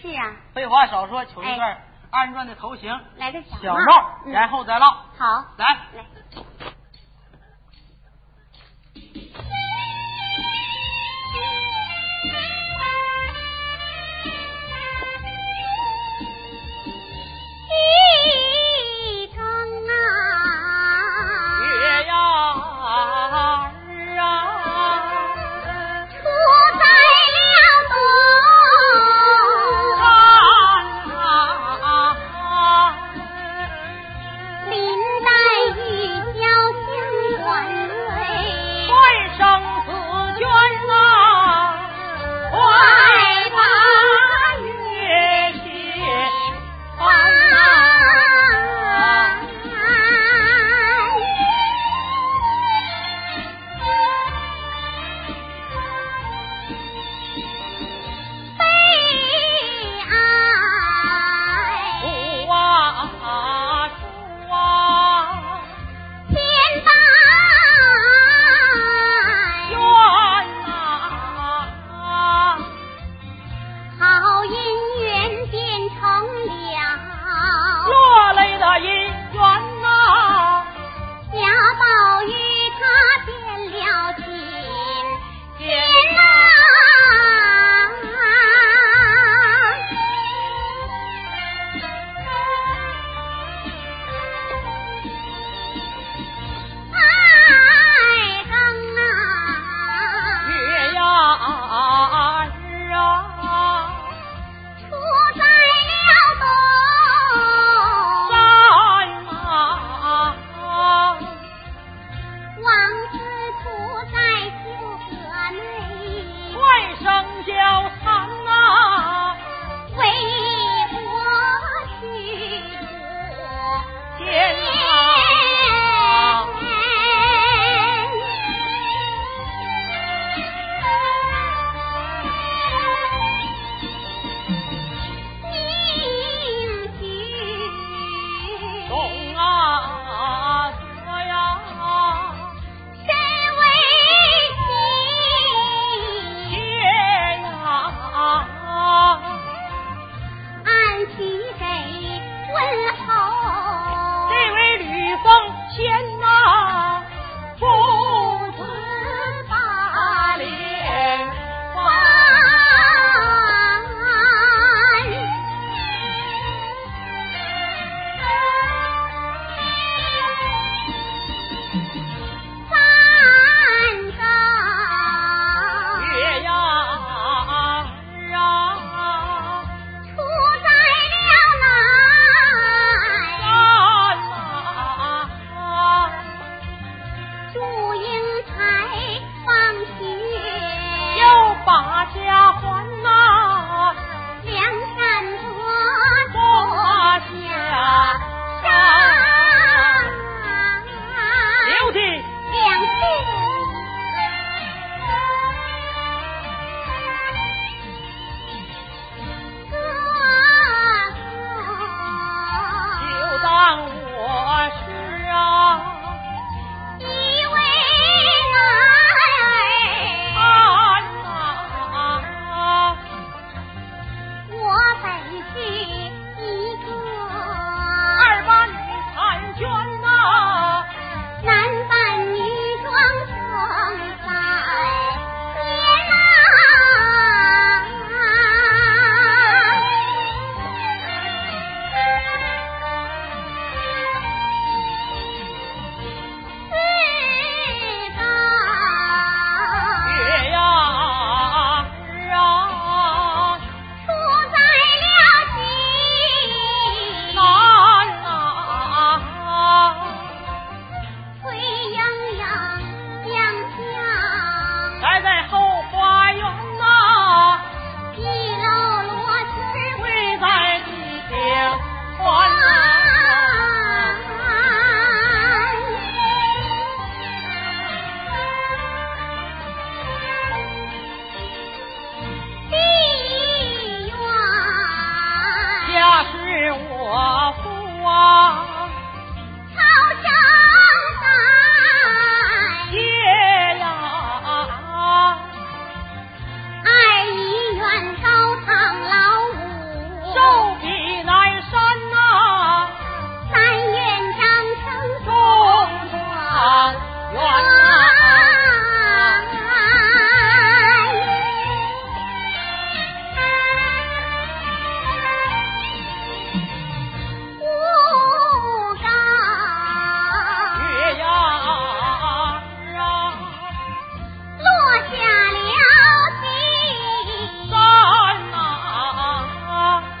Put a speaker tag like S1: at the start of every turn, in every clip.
S1: 是啊，
S2: 废话少说，瞅一
S1: 哎
S2: 段二人转的头型，
S1: 来个小
S2: 小
S1: 帽
S2: 帽，
S1: 嗯
S2: 然后再唠。
S1: 好，
S2: 来，
S1: 来，一通啊，
S2: 月牙儿啊，
S1: 出在了
S2: 啊
S1: 洞。
S2: 啊啊！
S1: 林黛玉潇湘馆内，
S2: 换生死卷啊，
S1: 快把
S2: 也许
S1: 翻案。悲哀
S2: 不啊出啊
S1: 千百
S2: 冤啊！
S1: 好姻缘变成了
S2: 落泪的姻缘呐，
S1: 贾宝玉，他变了心，
S2: 见
S1: 变
S2: 呐
S1: 呐。啊爱更啊，
S2: 月牙儿啊，
S1: 出在了洞。
S2: 山啊，
S1: 王子处在九阁内，
S2: 快生交参啊，
S1: 为国去死
S2: 见
S1: 天
S2: 啊，
S1: 命去
S2: 懂啊，哥呀，
S1: 身为妻。
S2: 天啊，
S1: 俺岂给温侯
S2: 这位吕奉先呐，父
S1: 父
S2: 子
S1: 子
S2: 大
S1: 把
S2: 连
S1: 脸
S2: 环。
S1: 还？三更
S2: 月牙儿啊，
S1: 出在了南。
S2: 山啊，
S1: 祝英台放学，
S2: 要把家还呐，
S1: 梁山伯
S2: 花
S1: 坐
S2: 下山，
S1: 上
S2: 留的
S1: 两心。哥哥，
S2: 就当我是啊，
S1: 一位男儿。
S2: 安啊，
S1: 我本是一个
S2: 二八女婵娟呐，
S1: 男扮女装成三年呐。四更
S2: 月牙儿啊，
S1: 出在了西
S2: 南哎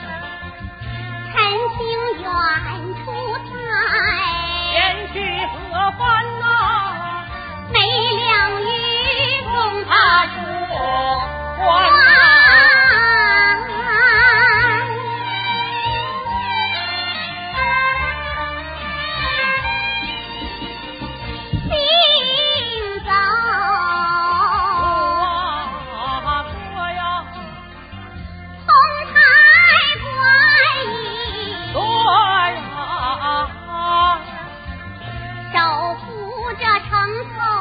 S1: 头。啊啊